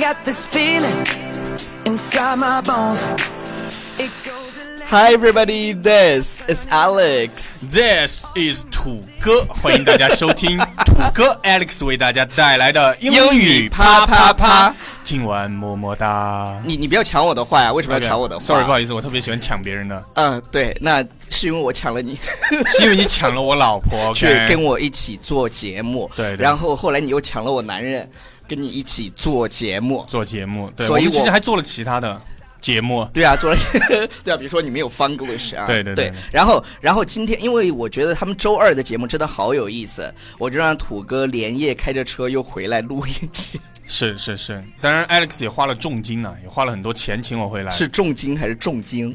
got this feeling inside my bones. It goes Hi everybody, this is Alex。 This is 土哥，欢迎大家收 听土哥 Alex 为大家带来的英英语语啪啪啪啪啪啪。听完么么哒。你你不要抢我的话呀？为什么要抢我的话 Sorry，不好意思，我特别喜欢抢别人的，嗯，对，那是因为我抢了你 是因为你抢了我老 婆。去 OK 跟我一起做节目，对对然后后来你又抢了我男人，跟你一起做节目。做节目，对，所以我们其我实还做了其他的节目。对啊，做了 对啊，比如说你们有 Funglish 啊，对对对对。然后，然后今天，因为我觉得他们周二的节目真的好有意思，我就让土哥连夜开着车又回来录一期，是是是，当然 Alex 也花了重金呢、也花了很多钱请我回来。是，重金还是重金？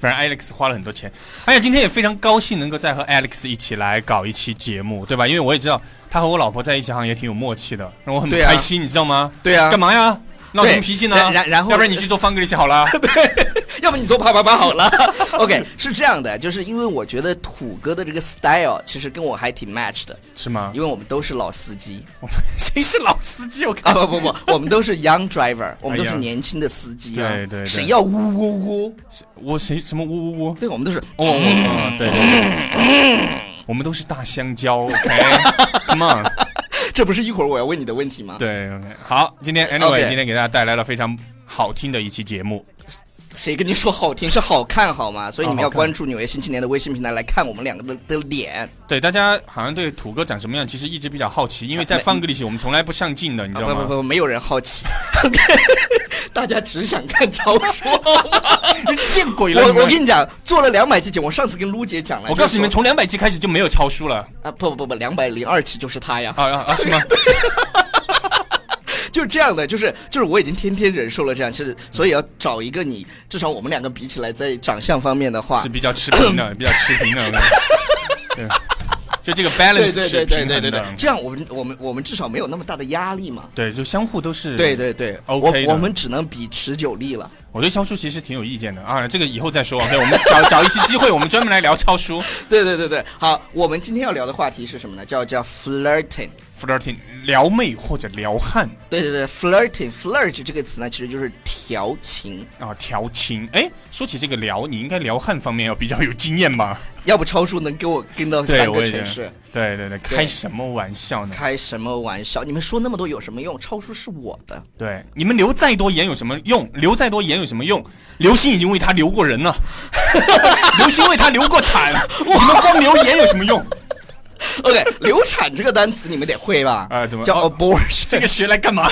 反正 Alex 花了很多钱，而且今天也非常高兴能够再和 Alex 一起来搞一期节目，对吧？因为我也知道他和我老婆在一起好像也挺有默契的，让我很对啊开心，你知道吗？对啊干嘛呀？闹什么脾气呢？对然然然后要不然你去做 Funglish 好 了。要不你做啪啪啪好了。OK，是这样的，就是因为我觉得土哥的这个 style 其实跟我还挺 match 的，是吗 因？为我们都是老司机 谁是老司机？我啊，看不不不，我们都是 young driver，我们都哎是呀年轻的司机啊，对对对谁要呜呜呜？我谁什么呜呜呜？对，我们都是哦，我嗯对对对，我们都是大香蕉。OK，Come、on。 这不是一会儿我要问你的问题吗？，对，OK，好，今天 anyway，、 OK 今天给大家带来了非常好听的一期节目。谁跟你说好听是好看好吗？所以你们哦要好看关注纽约新青年的微信平台来看我们两个的的脸，对，大家好像对土哥长什么样，其实一直比较好奇，因为在啊没放歌里我们从来不上镜的，你知不道不吗？不，没有人好 奇，大家只想看超说。见鬼了！我我你跟们你讲，做了两百期节目，我上次跟撸姐讲了，我告诉你们，就说从两百期开始就没有超书了。啊，不不不不，两百零二期就是他呀，啊啊 啊！是吗？就是这样的，就是就是我已经天天忍受了这样，其实所以要找一个你，至少我们两个比起来，在长相方面的话是，比较持平的，比较持平的。我跟你讲对，就这个对 balance 对是对对平对衡对对的，。这样我们我们我们至少没有那么大的压力嘛。对，就相互都是对对对，我 OK 的我们只能比持久力了。我对超叔其实挺有意见的啊，这个以后再说。OK，我们找找一期 机会，我们专门来聊超叔对对对对，好，我们今天要聊的话题是什么呢？叫叫 flirting。 flirting 撩妹或者撩汉对对对，flirting，flirt 这个词呢，其实就是调情。啊，调情。哎，说起这个撩，你应该撩汉方面要比较有经验吧？要不超叔能给我跟到对，三我个也城觉市得。。对对对，开什么玩笑呢？开什么玩笑？你们说那么多有什么用？超叔是我的， 对，你们留再多言有什么用？留再多言有什么用？刘星已经为他留过 人了，刘星为他流过产，你们光留言有什么用？ OK，流产这个单词你们得会吧？啊怎么叫哦 abortion？、 这个学来干嘛？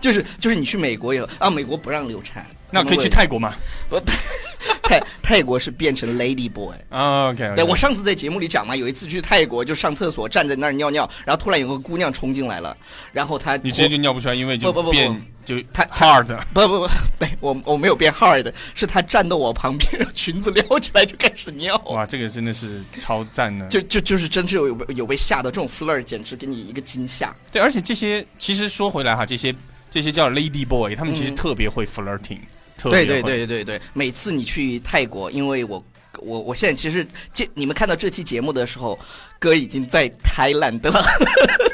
就是就是你去美国以后啊，美国不让流产，那可以去泰国吗不 泰泰国是变成 lady boy。 ？OK，对，我上次在节目里讲嘛，有一次去泰国就上厕所站在那儿尿尿，然后突然有个姑娘冲进来了，然后她你直接就尿不出来，因为就不不不不变就他 hard。不不不， 对我我没有变 hard，是她站到我旁边， 裙子撩起来就开始尿，哇，这个真的是超赞的。就就就是真是有有被有被吓到，这种 flirt 简直给你一个惊吓。对，而且这些其实说回来哈，这些这些叫 lady boy，他们其实特别会 flirting，、特别嗯对会对对对对，每次你去泰国，因为我我我现在其实这你们看到这期节目的时候，哥已经在泰兰德了，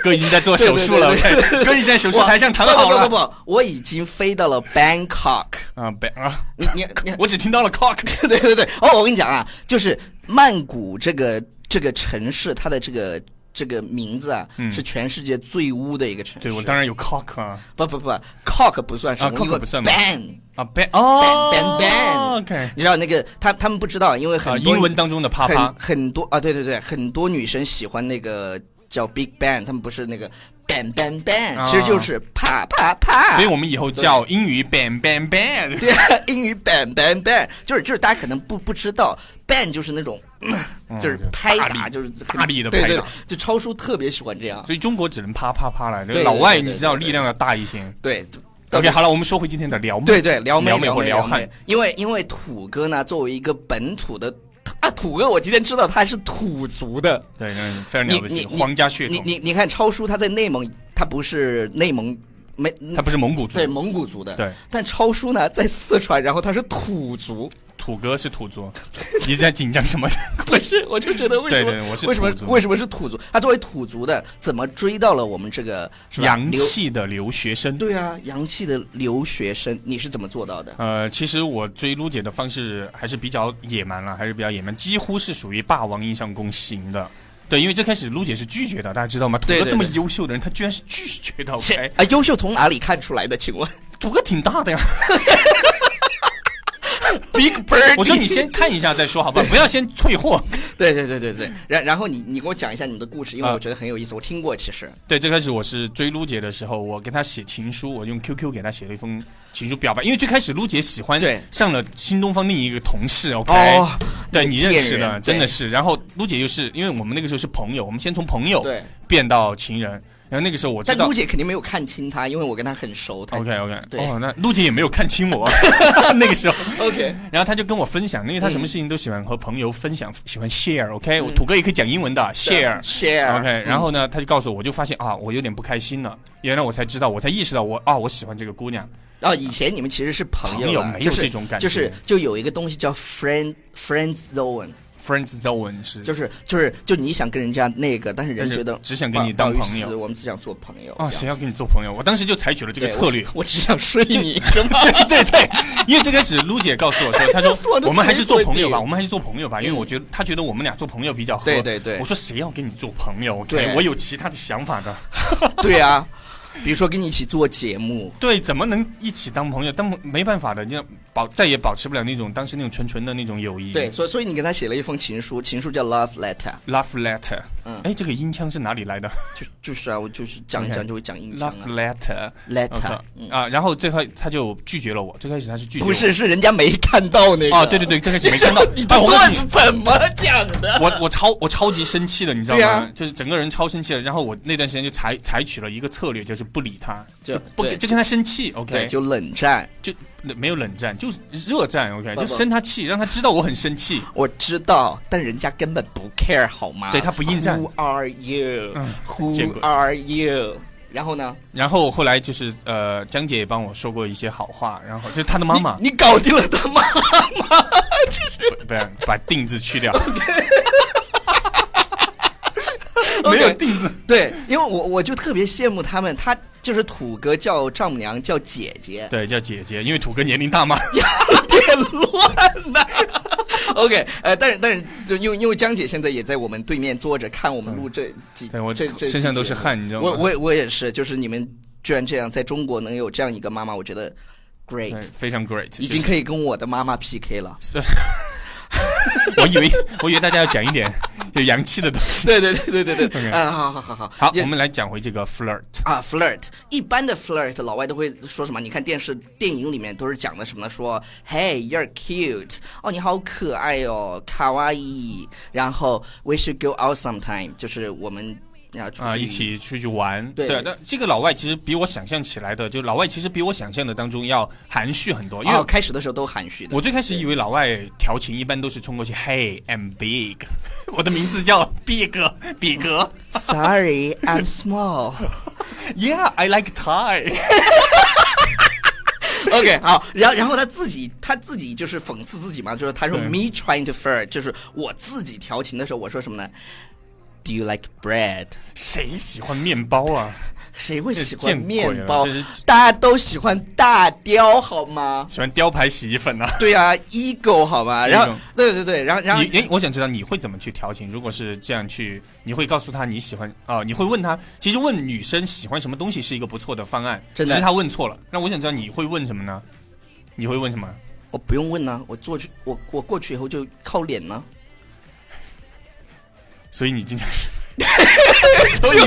哥已经在做手术了对对对，OK，哥已经在手术台上躺好不了不。不不，我已经飞到了 Bangkok。啊，别啊！你你 你，我只听到了 cock， 对对对，哦，我跟你讲啊，就是曼谷这个这个城市，它的这个。这个名字啊，嗯是全世界最污的一个城市。对我当然有 cock 啊不不不，cock 不算什么啊，cock 因为不算吗 ban 啊 ban 哦 ban ban OK 你知道那个他他们不知道，因为啊，很多英文当中的啪啪很很多啊，对对对，很多女生喜欢那个叫 Big Bang，他们不是那个 Bang Bang Bang，、啊其实就是啪啪啪。所以我们以后叫英语 ban ban ban，对啊英语 Bang Bang Bang，就是就是大家可能不不知道，Bang 就是那种。嗯就是就是拍嗯大打，力就是很大力地对拍对打，就超叔特别喜欢这样。所以中国只能啪啪啪了，这个对老对外对你对知道对对力量要大一些。对到底 OK，好了，我们说回今天的撩妹，对对，撩妹撩妹或妹撩撩汉妹，，因为因为土哥呢，作为一个本土的啊，土哥，我今天知道他是土族的，对，那非常你了不你起，皇家血你统，你你看超叔他在内蒙，他不是内蒙没他不是蒙古族对，蒙古族的，对但超叔呢在四川，然后他是土族，土哥是土族，你在紧张 什么？不是，我就觉得为什么对对我是为什么土族为什么是土族？他作为土族的，怎么追到了我们这个是吧洋留气的留学生。对啊，洋气的留学生，你是怎么做到的？呃，其实我追撸姐的方式还是比较野蛮了，还是比较野蛮，几乎是属于霸王硬上弓型的。对，因为最开始撸姐是拒绝的，大家知道吗？土对哥对这么对优秀的人，他居然是拒绝的。切 OK，啊，优秀从哪里看出来的？请问土哥挺大 的呀。 ，Big Bird，我说你先看一下再说，好吧？不要先退货。对对对对对，然然后你你给我讲一下你们的故事，因为啊我觉得很有意思，我听过其实。对，最开始我是追撸姐的时候，我跟她写情书，我用 QQ 给她写了一封情书表白，因为最开始撸姐喜欢对上了新东方另一个同事，OK，、哦对你认识贱的，人真的对是。然后撸姐又是因为我们那个时候是朋友，我们先从朋友对变到情人，然后那个时候我知但道姑姐肯定没有看清他，因为我跟他很熟。他 OK OK，对哦，那陆姐也没有看清我 那个时候， OK，然后她就跟我分享，因为她什嗯么事情都喜欢和朋友分享，喜欢 share，OK，、我土哥也可以讲英文的 share。啊 share 嗯 OK，然后呢，她就告诉我，我就发现啊，我有点不开心了。原来我才知道，我才意识到我啊，我喜欢这个姑娘。哦，以前你们其实是朋朋友了没有就是这种感觉就是就有一个东西叫 friend friend zone， Friends zone 是，就是就是就你想跟人家那个，但是但人是觉得只想不跟你当不好意朋友思我们只想做朋友啊，谁要这跟样你做朋友？我当时就采取了这个对 策略，我只想睡 你，是吗？对对，因为最开始撸姐告诉我说，她 That's what 说 the 我们还是做朋友 secret 吧， is. 我们还是做朋友吧，因为我觉得她觉得我们俩做朋友比较合。对对对我说谁要跟你做朋友？OK，对我有其他的想法的。对啊，比如说跟你一起做节目，对，怎么能一起当朋友？当没办法的，就保再也保持不了那种当时那种纯纯的那种友谊。对，所以所以你跟他写了一封情书，情书叫 love letter， ，love letter。嗯哎，这个音腔是哪里来的就就是啊，我就是讲一 OK 讲就会讲印象？love 啊 letter。 letter， OK 嗯，啊，然后最后他就拒绝了我。最开始他是拒绝我，不是是人家没看到那个，。哦，对对对，最开始没看到 你哎的我告诉段你子怎么讲的？我我超我超级生气的，你知道吗？对啊就是整个人超生气的。然后我那段时间就采采取了一个策略，就是不理他，就就不对就跟他生气对， ，OK，就冷战。就没有冷战，就是热战，OK，不就不生他气，让他知道我很生气。我知道，但人家根本不 care 好吗？对他不应战 Who are you? 嗯见 Who 鬼 are you? 然后呢？然后后来就是呃，江姐也帮我说过一些好话，然后就是她的妈妈，你搞定了他妈！不不要把“定”字 去掉， OK 没有“定”字，对，因为我我就特别羡慕他们，他就是土哥叫丈母娘叫姐 姐，对，叫姐姐，因为土哥年龄大嘛。点乱了。OK，呃，但是但是，就因为因为江姐现在也在我们对面坐着看我们录这几，对我这这身上都是汗。汗，你知道吗？我我我也是，就是你们居然这样，在中国能有这样一个妈妈，我觉得 great，对非常 great，已经可以跟我的妈妈 PK 了。 我以为我以为大家要讲一点有洋气的东 西。对对对对对 OK 对，啊，好好好好好，也我们来讲回这个 flirt。啊，flirt，一般的 flirt，老外都会说什么？你看电视、电影里面都是讲的什么呢？说，Hey，you're cute，哦，你好可爱哦，卡哇伊，然后 we should go out sometime，就是我们要出去哦啊，一起出去玩，嗯对但这个老外其实比我想象起来的，就老外其实比我想象的当中要含蓄很多，因为哦，开始的时候都含蓄的我。最开始以为老外调情一般都是冲过去，Hey，I'm big，我的 名字叫 Big 比格 Sorry，I'm small。 ，Yeah，I like Thai， OK，好，然后然后他自己他自己就是讽刺自己嘛，就是他说对 me trying to flirt，就是我自己调情的时候，我说什么呢？Do you like bread？谁喜欢面包啊？谁会喜这欢见鬼面了包这是？大家都喜欢大雕好吗？喜欢雕牌洗衣粉啊？对啊，ego 好吗？然后 Ego 对对对，然后然后你哎，我想知道你会怎么去调情？如果是这样去，你会告诉他你喜欢啊、你会问他，其实问女生喜欢什么东西是一个不错的方案，真的只是他问错了。那我想知道你会问什么呢？你会问什么？我不用问呢、我坐去我我过去以后就靠脸呢、所以你经常，就是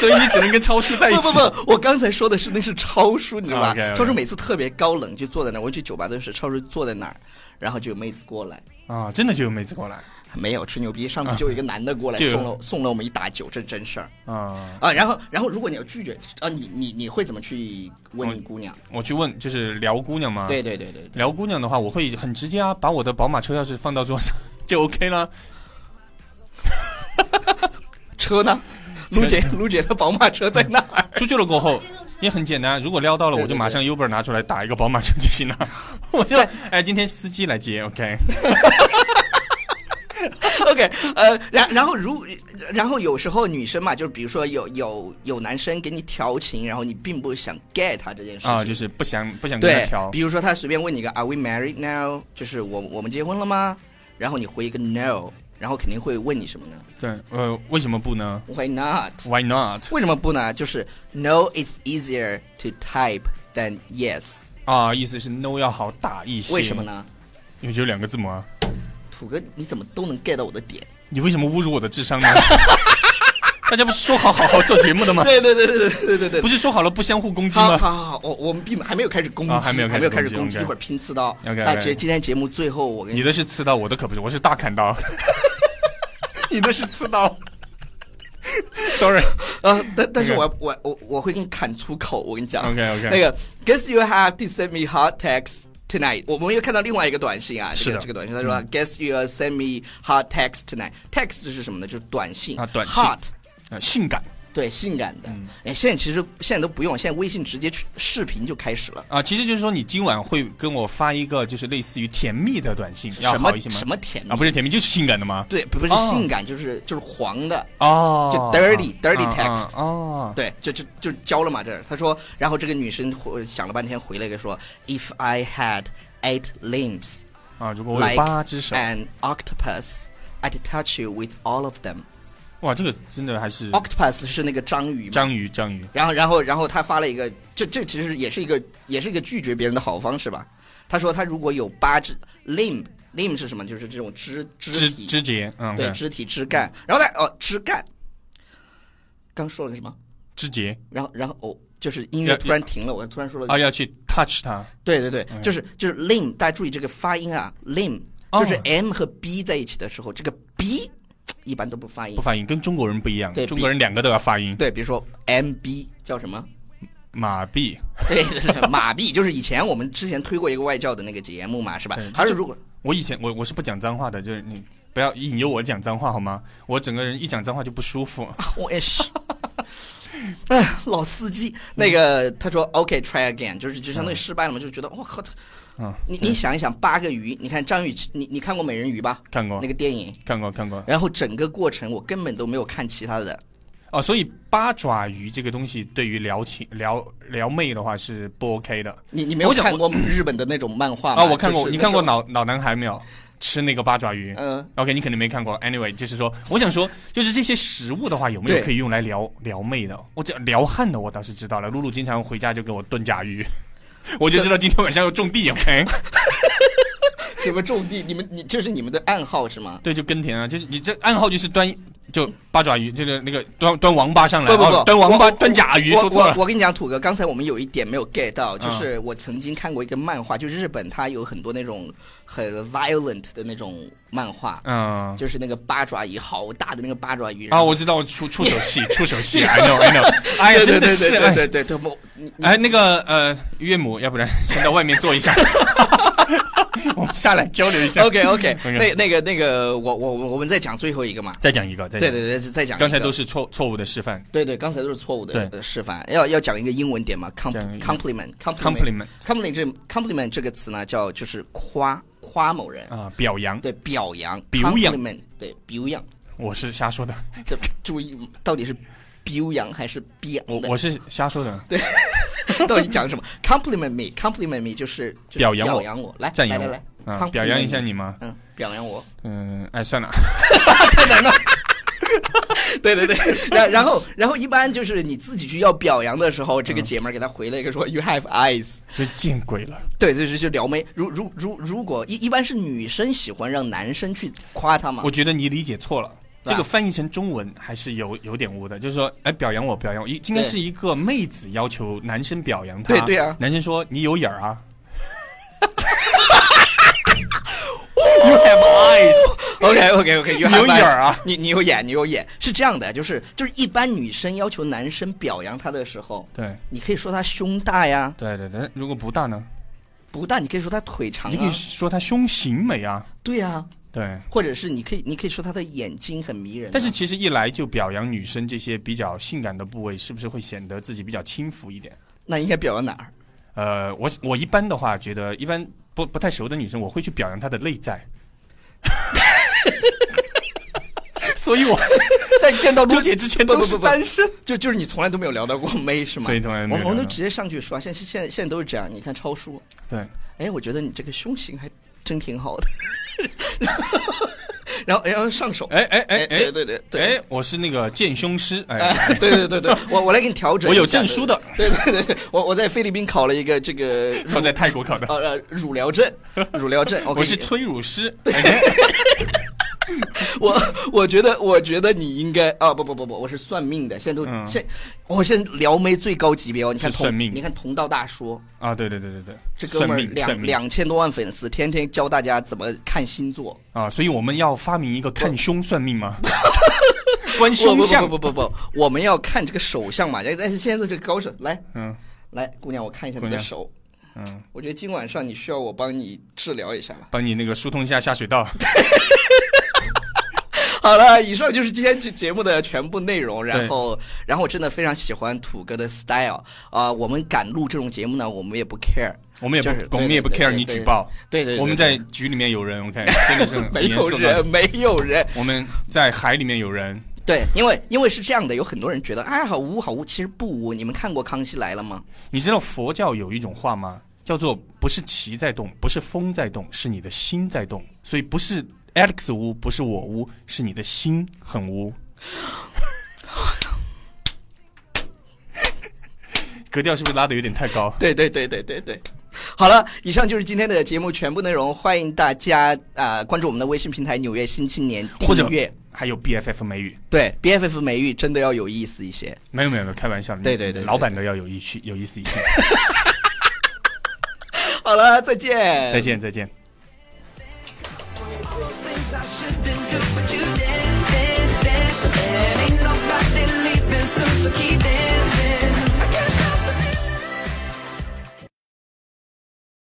所以你只能跟超叔在一不起。不不，我刚才说的是那是超叔，你知道吧 OK，OK 超叔每次特别高冷，就坐在那儿。我去酒吧都是超叔坐在那儿，然后就有妹子过来。啊，真的就有妹子过来没有吹牛逼，上次就有一个男的过来就有送了送了我们一打酒，这是真事儿啊。啊。然后然后如果你要拒绝啊，你你你会怎么去问哦你姑娘？我去问，就是聊姑娘嘛。对对对对对聊姑娘的话，我会很直接啊，把我的宝马车钥匙放到桌上 就 OK 了。车呢？卢姐卢姐的宝马车在哪儿？出去了过后，电动车也很简单，如果撩到了，对对我就马上 Uber 拿出来打一个宝马车就行了。 我就哎，今天司机来接，OK。 OK，呃，然然后如然后有时候女生嘛，就是比如说有有有男生给你调情，然后你并不想 get 他这件事情。 啊，就是不想不想跟他对调，比如说他随便问你一个 Are we married now？就是我我们结婚了吗？然后你回一个 No，然后肯定会问你什么呢对，呃，为什么不呢？Why not？ ？Why not？为什么不呢？就是 No is easier to type than yes。啊，意思是 no 要好打一些。为什么？呢？因为只有两个字母啊。土哥，你怎么都能 get 到我的点？你为什么侮辱我的智商呢？ 大家不是说好好好做节目的吗？对对对对对对对对不。是说好了不相互攻击好吗？好好好，我我们并还没有开始攻击，啊还没有开始开始攻击攻击， ，OK 一会儿拼刺刀。 OK，OK 啊，今今天节目最后我跟你的是刺刀，我的可不是，我是大 砍刀。你的是刺刀。Sorry，呃，但但是 OK 我我我我会给你砍出口，我跟你讲。 OK，OK 那个，Guess you have to send me hot text tonight。我们又看到另外一个短信啊，这是的嗯个这个短信，他说 Guess you send me hot text tonight。Text 是什么呢？就是短信啊短信嗯 Hot 呃性感对，性感的。哎，现在其实现在都不用，现在微信直接去视频就开始了。啊，其实就是说你今晚会跟我发一个就是类似于甜蜜的短信，要什好么一些吗？什么甜蜜啊，不是甜蜜，就是性感的吗？对，不不是哦性感，就是就是黄的。哦，就 dirty- dirty 啊 text 啊哦，对，就就就交了嘛这儿。他说，然后这个女生回想了半天，回了一个说，If I had eight limbs。啊，如果我有 like 哎八只手， an octopus. I'd touch you with all of them. 哇，这个真的还是 Octopus 是那个章鱼嘛？嗯章鱼，章鱼然后，然后，然后他发了一个，这这其实也是一个，也是一个拒绝别人的好方式吧。他说他如果有八只 limb limb 是什么？就是这种肢肢肢体肢节，嗯，对对，肢体枝干。然后他哦枝干，刚说了什么？肢节然后然后哦就是音乐要突然停了，我突然说了啊，要去哎 touch 它，对对对，就是就是 lim，大家注意这个发音啊，lim 就是哦 m 和 b 在一起的时候，这个 b 一般都不发音不。发音，跟中国人不一样，对中国人两个都要发音，对，比如说 mb 叫什么？马币，对，对对马币就是以前我们之前推过一个外教的那个节目嘛，是吧对？还是这如果我以前我我是不讲脏话的，就是你不要引诱我讲脏话好吗？我整个人一讲脏话就不舒服。我也是。哦 哎，老司机，嗯那个他说 OK try again，就是就相当于失败了嘛，就觉得我靠，他嗯，你你想一想，八个鱼，你看章鱼，你你看过美人鱼吧？看过那个电影，看过看过然后整个过程我根本都没有看其他的，哦，所以八爪鱼这个东西对于撩情撩撩妹的话是不 OK 的你你没有我想看过日本的那种漫画吗啊。我看过，就是你看过老老男孩没有？吃那个八爪鱼，嗯，OK，你肯定没看过。Anyway，就是说，我想说，就是这些食物的话，有没有对可以用来撩撩妹的？我这撩汉的我倒是知道了，露露经常回家就给我炖甲鱼， 我就知道今天晚上要种地，OK。什么种地？你们你这是你们的暗号是吗？对，就耕田啊，就是你这暗号就是端就八爪鱼，就是那个端端王八上来，不不不哦端王我八我端甲鱼，我说错我了。啊我跟你讲，土哥，刚才我们有一点没有 get 到，就是我曾经看过一个漫画，就日本它有很多那种很 violent 的那种漫画，嗯就是那个八爪鱼，好大的那个八爪鱼啊，我知道，我出出手戏，出手 戏，I know I know，哎呀，对对真的对是，对哎对对对，我你哎，那个呃，岳母，要不然先到外面坐一 下，我们下来交流一下。 OK OK， OK 那那个那个，我我我们再讲最后一个嘛。再讲一个，再对讲，对对，再讲一个刚才都是错错误的示范对对，刚才都是错误的对呃示范。要要讲一个英文点嘛讲一个，compliment Compliment compliment 这 compliment 这个词呢，叫就是夸夸某人，啊，表扬，对表扬表扬 compliment 对表扬，我是瞎说的，这注意到底是表扬还是表我扬的？我是瞎说的，到底讲什么？compliment me，compliment me 就是就是表扬我表扬我，来赞扬来我来来啊，表扬一下 compliment 你吗？ me，嗯，表扬我。嗯，哎，算了，对对对， 然然后然后一般就是你自己去要表扬的时候，嗯这个姐们儿给他回了一个说 “You have eyes”，这见鬼了。对，就是就撩妹。如如如如果一一般是女生喜欢让男生去夸她嘛我，觉得你理解错了。对吧啊这个翻译成中文还是有有点污的，就是说，哎，表扬我，表扬我，应应该对是一个妹子要求男生表扬她，对对啊男生说你有眼儿啊 ，You have OK OK OK，你 你有眼儿啊，你你有眼，你有眼是这样的，就是就是一般女生要求男生表扬她的时候，对你可以说她胸大呀， eyes，对对对，如果不大呢，不大你可以说她腿长你可以啊，说她胸型美啊，对啊，对，或者是你可以你可以说她的眼睛很迷人啊、但是其实一来就表扬女生这些比较性感的部位，是不是会显得自己比较轻浮一点？那应该表扬哪儿？呃，我我一般的话，觉得一般不不太熟的女生，我会去表扬她的内在。 所以我 在见 到朱姐之前不都不是不不单身。就就是你从来都没有聊到过妹是吗？所以从来没我我有聊们都到直接上去说啊，现在现在现在都是这样。你看超叔， 对，哎，我觉得你这个胸型还真挺好的， 然后然后上手，哎哎哎哎，对哎对对对。哎，我是那个健胸师，哎，哎，对对对对，我我来给你调整一我下，有证书的，对对对对，我我在菲律宾考了一个这个我在泰国考的，呃呃乳疗证，乳疗证，我给 我你是推乳 师。哎我我觉得，我觉得你应该啊，不不不不，我是算命的，现在都、嗯现，我现在撩妹最高级别哦，你看是同算命你看同道大叔啊，对对对对对，这哥们儿算命算两命两千多万粉丝，天天教大家怎么看星座，啊，所以我们要发明一个看胸算命 吗？观胸相，不不不不不不，我们要看这个手相嘛，哎但是现在这个高手来嗯来，姑娘，我看一下你的姑娘手，嗯，我觉得今晚上你需要我帮你治疗一下吧。帮你那个疏通一下下水道。 好了，以上就是今天节节目的全部内容。然对后，然后我真的非常喜欢土哥的 style 啊、我们敢录这种节目呢，我们也不 care，我们也就是不，我们也不 care 你举。报。对对对对对对对对对我们在局里面有人，我看真的是很 没严有肃的人，。没有人。我们在海里面有人，对，因为因为是这样的，有很多人觉得哎好污好污，其实不污。你们看过《康熙来了》吗？你知道佛教有一种话吗？叫做不是旗在动，不是风在动，是你的心在动。所以不是 Alex 污，不是我污，是你的心很污。 格调是不是拉的有点太 高？对对对对对对。好了，以上就是今天的节目全部内容，欢迎大家啊、呃关注我们的微信平台《纽约新青年》或者订阅。还有 BFF 美语？对 B F F 美育真的要有意思一些。没有没有没有，开玩笑的。对对对对老板都要有意趣，有意思一些。好了，再见，再见再见。